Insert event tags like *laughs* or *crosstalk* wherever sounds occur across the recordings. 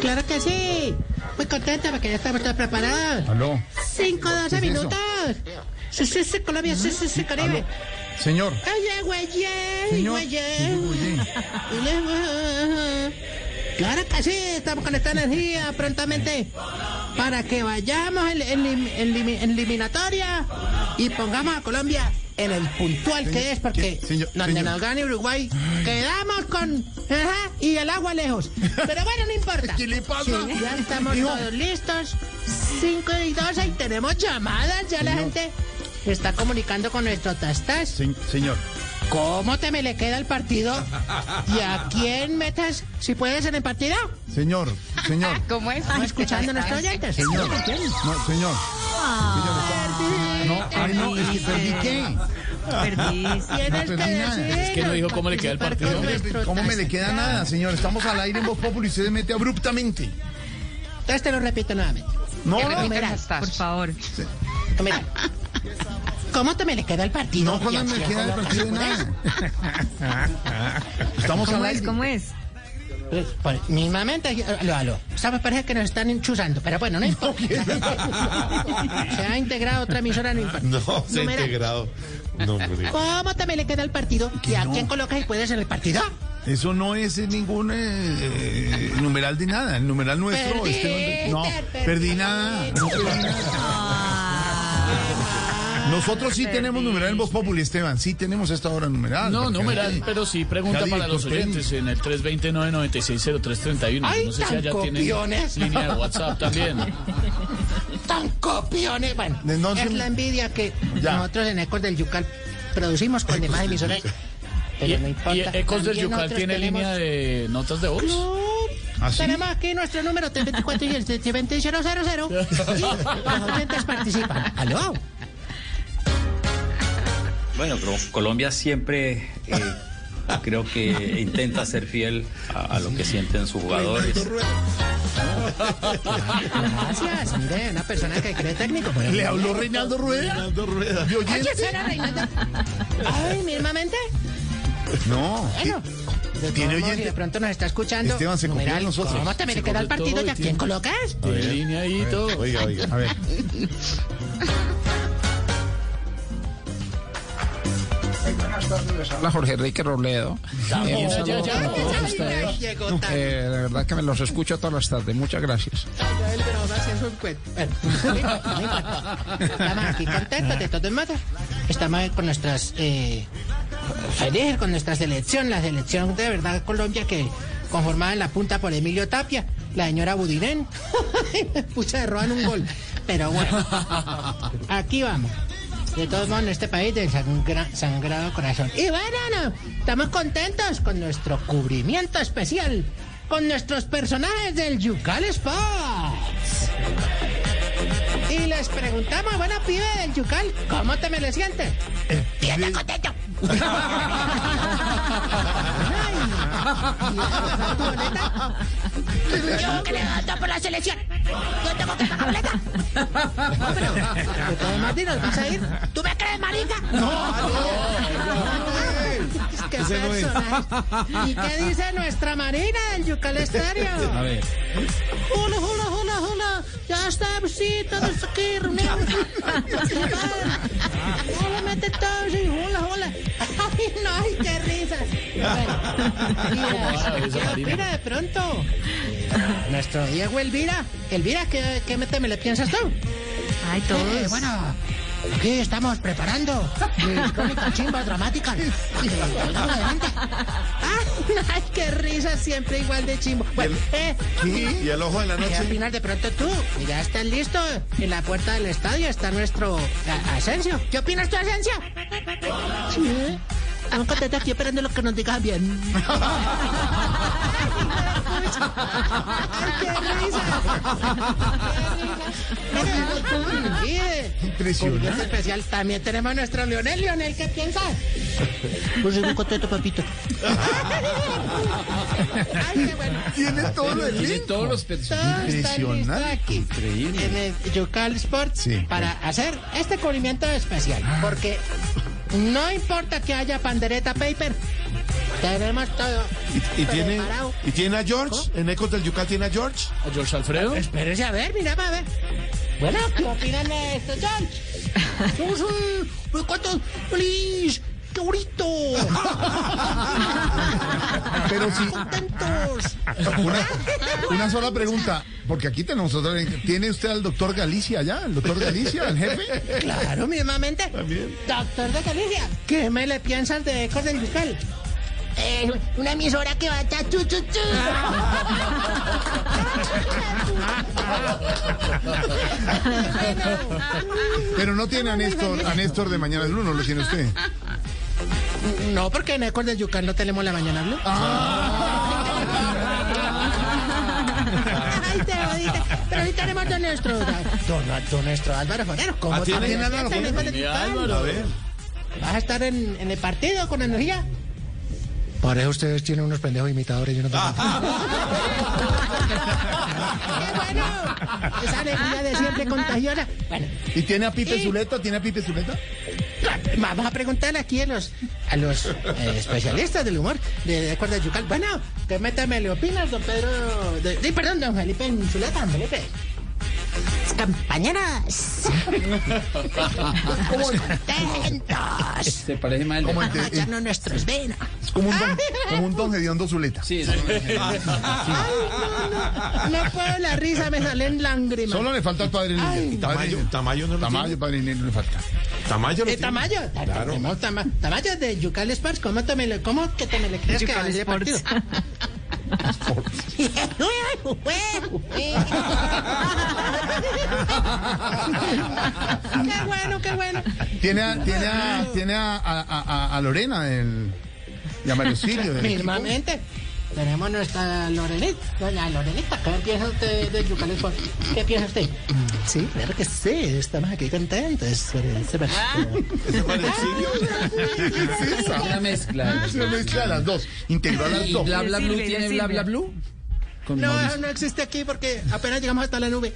Claro que sí. Muy contenta porque ya estamos todos preparados. Aló. 5, 12 ¿Qué es eso? minutos. Sí, sí, sí, Colombia, sí, sí, sí, Caribe. Aló. Señor. Oye, güey, eh. Señor. güey. Oye, Claro que sí, estamos con esta energía prontamente para que vayamos en, en lim- en lim- en eliminatoria y pongamos a Colombia en el puntual que es, porque que- señor- donde señor. nos gane Uruguay quedamos con ajá, y el agua lejos. Pero bueno, no importa. *laughs* ¿Qué le pasa? Ya estamos Hijo. todos listos. 5 y 12 y tenemos llamadas. Ya la Señor. gente se está comunicando con nuestro tastas. se- señor. ¿Cómo te me le queda el partido? ¿Y a quién metes si puedes en el partido? Señor. Señor. *laughs* ¿Cómo es? ¿Estamos escuchando a nuestros oyentes? Señor. No, señor. Señor, No, ay, no, es que perdí qué. *laughs* Perdiste. Tienes que entendí Ah, nada. decir. Es que no dijo cómo le queda el partido. ¿Cómo me le queda nada, señor? Estamos al aire en Voz Populi y usted se mete abruptamente. Entonces te lo repito nuevamente. No, Que no, repitan, Por favor. Mira. ¿Cómo te me le queda el partido? no, cuando ¿Y a me quién queda el colocas? partido de nada. Estamos al ¿Cómo es? aire. ¿Cómo es? Pues, pues, Mismamente, aló, aló. Sabes, parece que nos están enchuzando, pero bueno, no importa. Se ha integrado otra emisora, no importa. No, se ha Numeral. integrado. No, hombre. ¿Cómo te me le queda el partido? ¿Y a no? quién colocas y puedes en el partido? Eso no es ningún eh, eh, numeral de nada. El numeral nuestro. Perdí, este, no, perdí. perdí nada. No perdí Ah, nada. Nosotros sí tenemos numeral en Voz Populi, Esteban. Sí tenemos a esta hora numeral. No, Porque- no me dan, pero sí pregunta Ya para digo, los usted- oyentes en el 329-960331. Ay, No sé si tan allá copiones. tienen línea de WhatsApp *laughs* también. tan copiones. Bueno, ¿De dónde? es la envidia que Ya. nosotros en Ecos del Yucal producimos con demás emisoras. Y, Pero no importa. y Ecos del También Yucal nosotros tiene tenemos- línea de notas de voz. No, ¿Ah, sí? Tenemos aquí nuestro número 324 y el 720 y los oyentes participan. ¿Aló? Bueno, pero Colombia siempre eh, creo que intenta ser fiel a, a lo que sienten sus jugadores. Gracias. Mire, una persona que cree técnico. pero- ¿Le habló Reinaldo Rueda? Reinaldo Rueda. ¿De Oye, oyente? ¿será Reinaldo? Ay, mismamente. No. Bueno. de ¿Tiene todos modos, oyente? si de pronto nos está escuchando. Esteban, se confía en numeral, nosotros. ¿Cómo te me le queda el coge todo partido y y a quién tiene- colocas? Tiene línea y todo. Oiga, oiga. A ver. Hola Jorge Enrique Robledo. Eh, un Ya, ya, saludo ya. para todos Ay, ustedes. ay, llegó tarde. Eh, de verdad que me los escucho todas las tardes. Muchas gracias. Ay, pero ahora sí es un cuento. Bueno, no importa, no importa. Estamos aquí contentos de todo el modo. Estamos con nuestras. Eh, felices con nuestra selección, la selección de verdad Colombia que conformada en la punta por Emilio Tapia, la señora *laughs* Budinén. Pucha, de roban un gol. Pero bueno, aquí vamos. De todos modos, en este país del sangra- sangrado corazón. Y bueno, no, estamos contentos con nuestro cubrimiento especial, con nuestros personajes del Yucal Sports. Y les preguntamos, bueno, pibe del Yucal, ¿cómo te me le sientes? Bien contento. Ay, ¿y esa boleta? Yo que levanto por la selección. Yo tengo que pagar boleta. Pero, Martín, ¿nos vas a ir? ¿Tú me crees, marica? No, Es que personaje. ¿Y qué dice nuestra Marina del Yucal Estéreo? A ver. Hola, hola, hola, hola. Ya estamos, sí, todos aquí reunidos. Hola, mete todos, sí, hola, hola. Ay, no, ay, qué risa. Bueno, Ah, mira, esa ¿qué Marina. opina de pronto? Nuestro Diego Elvira. Elvira, ¿qué, qué mete me le piensas tú? Ay, Eh, todos. bueno, aquí estamos preparando eh, crónica chimba dramática. Eh, vamos adelante. Ah, ay, qué risa, siempre igual de chimbo. Bueno, eh, Y el ojo de la ¿Qué noche. opinas de pronto tú? Ya estás listo. En la puerta del estadio está nuestro a- Asensio. ¿Qué opinas tú, Asensio? Sí. Aún contenta aquí esperando lo que nos digas bien. ¡Ay, qué risa! ¡Qué risa! Impresionante. Es especial. También tenemos a nuestro Leonel. Leonel, ¿qué piensas? Pues muy contento, papito. Ay, qué bueno. Tiene todo lo del Tiene todos los personajes. Todo está listo aquí Impresionante. en el Yucal Sports Sí. para hacer este cubrimiento especial. Porque no importa que haya pandereta paper, Tenemos todo. Y, y tiene, preparado. y tiene a George, en Ecos del Yucat tiene a George. ¿A George Alfredo? Espérese a ver, mira, a ver. Bueno, ¿qué opinan de esto, George? Somos un... unos cuantos... ¡Feliz! ¡Qué bonito! Pero sí, ¡Contentos! una, una sola pregunta, porque aquí tenemos otra. ¿Tiene usted al doctor Galicia ya? ¿El doctor Galicia, el jefe? Claro, mismamente. Doctor de Galicia, ¿qué me le piensas de Ecos del Yucal? Eh, una emisora que va a estar chu chu chu. Pero no tiene a Néstor, a Néstor de mañana es lunes, ¿lo tiene usted? *laughs* No, porque en Ecos del Yucal no tenemos la mañana blue. *laughs* Ah. Ay, te jodiste. Pero hoy tenemos don nuestro, don, don nuestro Álvaro Forero. ¿Cómo Ah, ¿tiene? también Álvaro ¿Tiene? Forero? Mi A Álvaro. ver. ¿Vas a estar en, en el partido con energía? Por eso ustedes tienen unos pendejos imitadores, yo no tengo. ¡Qué bueno! Esa alegría de siempre contagiosa. Bueno, ¿Y tiene a Pipe Sí. Zuleta? ¿Tiene a Pipe Zuleta? vamos a preguntar aquí a los, a los eh, especialistas del humor de, de Cuerda Yucal. Bueno, que métame, ¿le opinas, don Pedro? de- de- perdón, don Felipe en Zuleta, don Felipe. Compañeros, contentos. Se parece más Como Este, ente- eh, Echarnos nuestros venas. es como un don, como un don de Zuleta. Sí, sí. No puedo la risa, me salen lágrimas. Eh, Solo le falta al padre Nelly. Ay. Y Tamayo, Tamayo no lo Tamayo, tiene. padre Nelly, le falta. Tamayo lo Eh, tiene. tamaño, tenemos tama- tamaño de Yucal Sports, ¿cómo, te me lo- cómo que te me le crees que va a Yucal ese partido? Sports. qué bueno, qué bueno. Tiene a, tiene a, tiene a, a, a- a Lorena el, y a Mario Silvio. del equipo. Mismamente, tenemos nuestra Lorenita, doña Lorenita, ¿qué piensa usted de Yucal Sports? ¿Qué piensa usted? Sí, claro que sí, estamos aquí contentos por ese partido. ¿Ese parecido? Sí, esa. Ah, Una mezcla. Se mezcla las dos. Integró a las ¿Y dos. bla bla Le blue sirve, tiene le bla bla sirve. blue? Con No, Mauricio. no existe aquí porque apenas llegamos hasta la nube.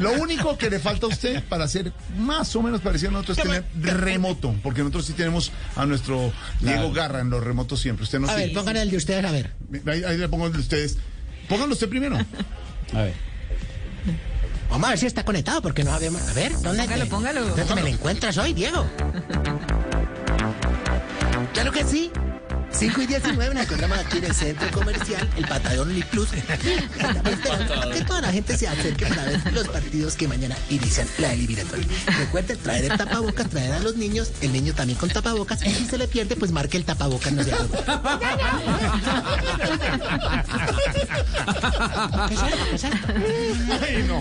Lo único que le falta a usted para ser más o menos parecido a nosotros es tener remoto, porque nosotros sí tenemos a nuestro Diego Garra en los remotos siempre. Usted no A ver, sí. pongan el de ustedes, a ver. Ahí, ahí le pongo el de ustedes. Pónganlo usted primero. A ver. Vamos a ver si está conectado, porque no sabemos. A ver, ¿dónde Póngalo, póngalo. ¿Dónde te me lo encuentras hoy, *laughs* Diego? Claro que sí. 5 y 19 nos encontramos aquí en el centro comercial El Batallón Only *laughs* Plus. Estamos esperando a que toda la gente se acerque para ver los partidos que mañana inician la eliminatoria. Recuerden traer el tapabocas, traer a los niños, el niño también con tapabocas, y si se le pierde, pues marque el tapabocas, no se haga. ¿Qué es esto? ¿Qué es esto? Ay, no.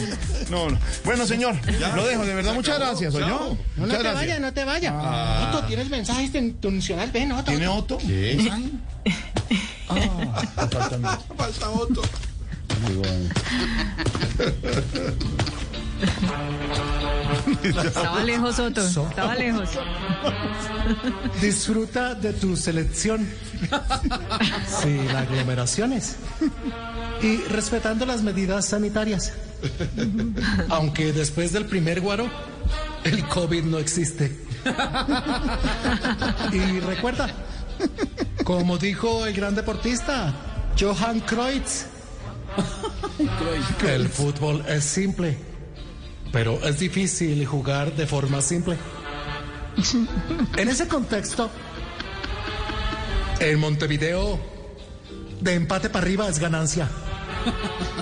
No, no. Bueno, señor, lo dejo. De verdad, muchas gracias, ¿oyó? Chao. No, no Muchas te gracias. vayas, no te vayas. Ah. Otto, tienes mensajes institucionales, ven, Otto. ¿Tiene Otto? ¿Sí? Ah, falta a mí. Falta otro. *laughs* Estaba lejos, Soto. Estaba lejos. Disfruta de tu selección *laughs* sin aglomeraciones y respetando las medidas sanitarias. Aunque después del primer guaro, el COVID no existe. Y recuerda, como dijo el gran deportista Johan Kreutz, que el fútbol es simple, pero es difícil jugar de forma simple. En ese contexto, en Montevideo, de empate para arriba es ganancia.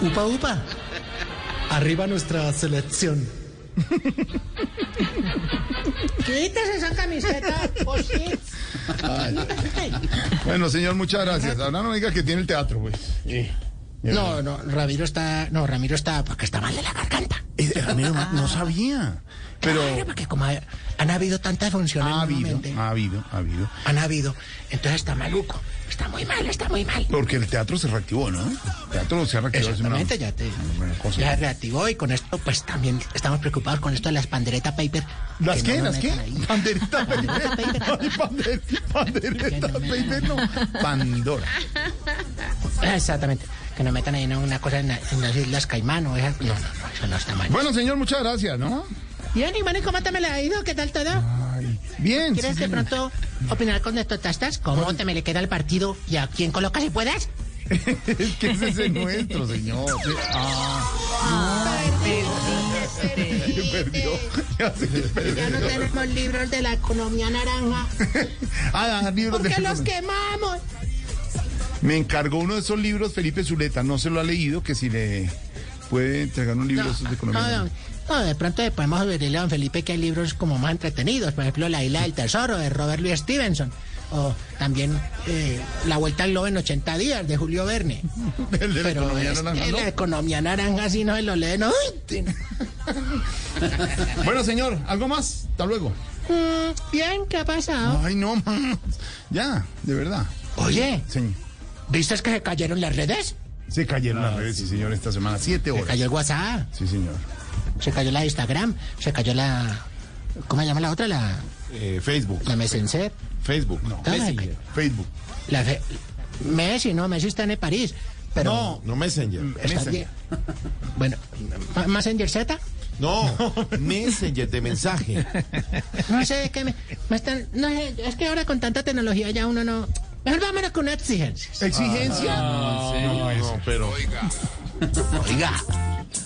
Upa, upa. Arriba nuestra selección. Quítese esa camiseta, por shit. Bueno, señor, muchas gracias. Ahora no me diga que tiene el teatro, pues. No, no, Ramiro está, no, Ramiro está, porque está mal de la garganta. Eh, Ramiro, no- no sabía. Ah, Pero Claro, porque como ha- han habido tantas funciones ha habido, Ah. nuevamente, ha habido, ha habido. han habido, entonces está maluco, está muy mal, está muy mal. Porque el teatro se reactivó, ¿no? El teatro se ha reactivado. hace una- Exactamente, ya te una cosa. ya reactivó y con esto pues también estamos preocupados con esto de las pandereta paper. ¿Las que qué? no lo ¿Las qué? metan ahí. *laughs* Pandereta Paper. Ay, pander- Pandereta Paper, no. Pandora. Exactamente, que no metan ahí en una cosa en, la- en las Islas Caimán o esa- no, no, no, eso no está mal. Bueno, señor, muchas gracias, ¿no? Bien, y bueno, ¿y cómo te me la ha ido? ¿Qué tal todo? Ay, Bien, ¿Quieres Ah, sí, de señor. pronto opinar con nuestro tastas? ¿Cómo te me le queda el partido y a quién colocas si puedas? *laughs* Es que ese es el nuestro, *laughs* señor. Sí. Ah, se perdió. Eh. Ya se Ya perdió. no tenemos libros de la economía naranja. *laughs* Ah, ah, libros de Porque los economía. quemamos. Me encargó uno de esos libros Felipe Zuleta, no se lo ha leído, que si le puede entregar un libro de esos de economía. No, no, no, de pronto le podemos sugerirle a don Felipe que hay libros como más entretenidos, por ejemplo La isla del tesoro de Robert Louis Stevenson, o también eh, La vuelta al globo en 80 días de Julio Verne. *laughs* El de la Pero economía es naranja, que ¿no? la economía naranja si no se lo leen. ¡Uy! tiene- Bueno, señor, ¿algo más? Hasta luego. Mm, bien, ¿qué ha pasado? Ay, no, man. Ya, de verdad. Oye, Señor, ¿viste que se cayeron las redes? se cayeron Ah, las redes, sí, señor, esta semana. Siete Se horas. cayó el WhatsApp, Sí, señor. se cayó la Instagram, se cayó la... ¿Cómo se llama la otra? La, Eh, Facebook. la Messenger. Facebook. No. Todo se Messenger. cayó. Facebook. La fe- Messi, no, Messi está en el París. Pero No, no Messenger. Mm, Está bien. Bueno, ¿ma- ¿más en Z? No, *laughs* Messenger de mensaje. No sé, es que me, me están. No sé, es que ahora con tanta tecnología ya uno no. Mejor vámonos con exigencias. ¿Exigencia? Ah, No, no, pero. Oiga.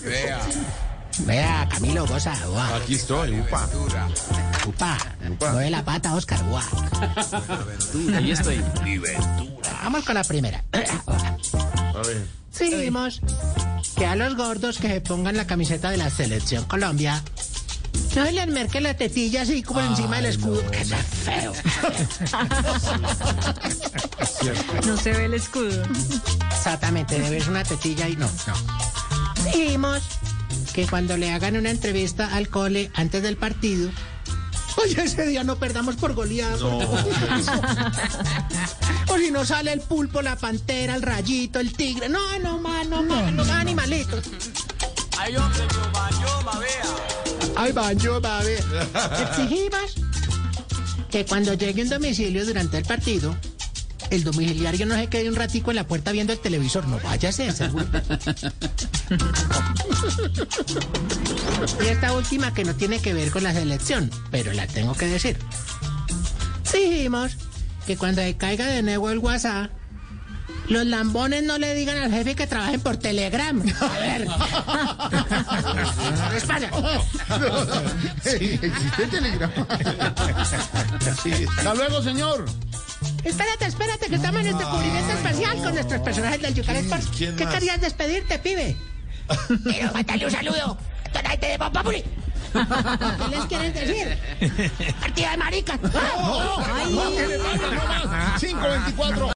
Vea. Vea, Camilo, goza. Guau, Aquí estoy, upa. upa. Mueve la pata, Oscar. Guau. Ahí estoy. Vamos con la primera. *clears throat* A ver. Seguimos. Que a los gordos que se pongan la camiseta de la selección Colombia. No se les merque la tetilla así como encima del escudo. Que sea *laughs* feo. No se ve el escudo. Exactamente, debes una tetilla y no, no. Seguimos que cuando le hagan una entrevista al cole antes del partido, oye, ese día no perdamos por goleado. *laughs* O si no sale el pulpo, la pantera, el rayito, el tigre. No, no, más, no, más, no, más animalitos. Ay, baño, babe. Exigimos que cuando llegue un domicilio durante el partido, el domiciliario no se quede un ratico en la puerta viendo el televisor. No váyase, seguro. y esta última que no tiene que ver con la selección, pero la tengo que decir. Dijimos que cuando le caiga de nuevo el WhatsApp, los lambones no le digan al jefe que trabajen por Telegram. A ver. ¿Qué les pasa? Sí, *laughs* Existe *laughs* Telegram. *laughs* Sí. Hasta luego, señor. Espérate, espérate, que estamos en este cubrimiento especial con nuestros personajes del Yucatán Sports. quién ¿Qué más? querías despedirte, pibe? Quiero mandarle un saludo. Tonante de Bob Populi. ¿Qué les quieres decir? Partida de maricas. No, no, no, no, no, no más. 524.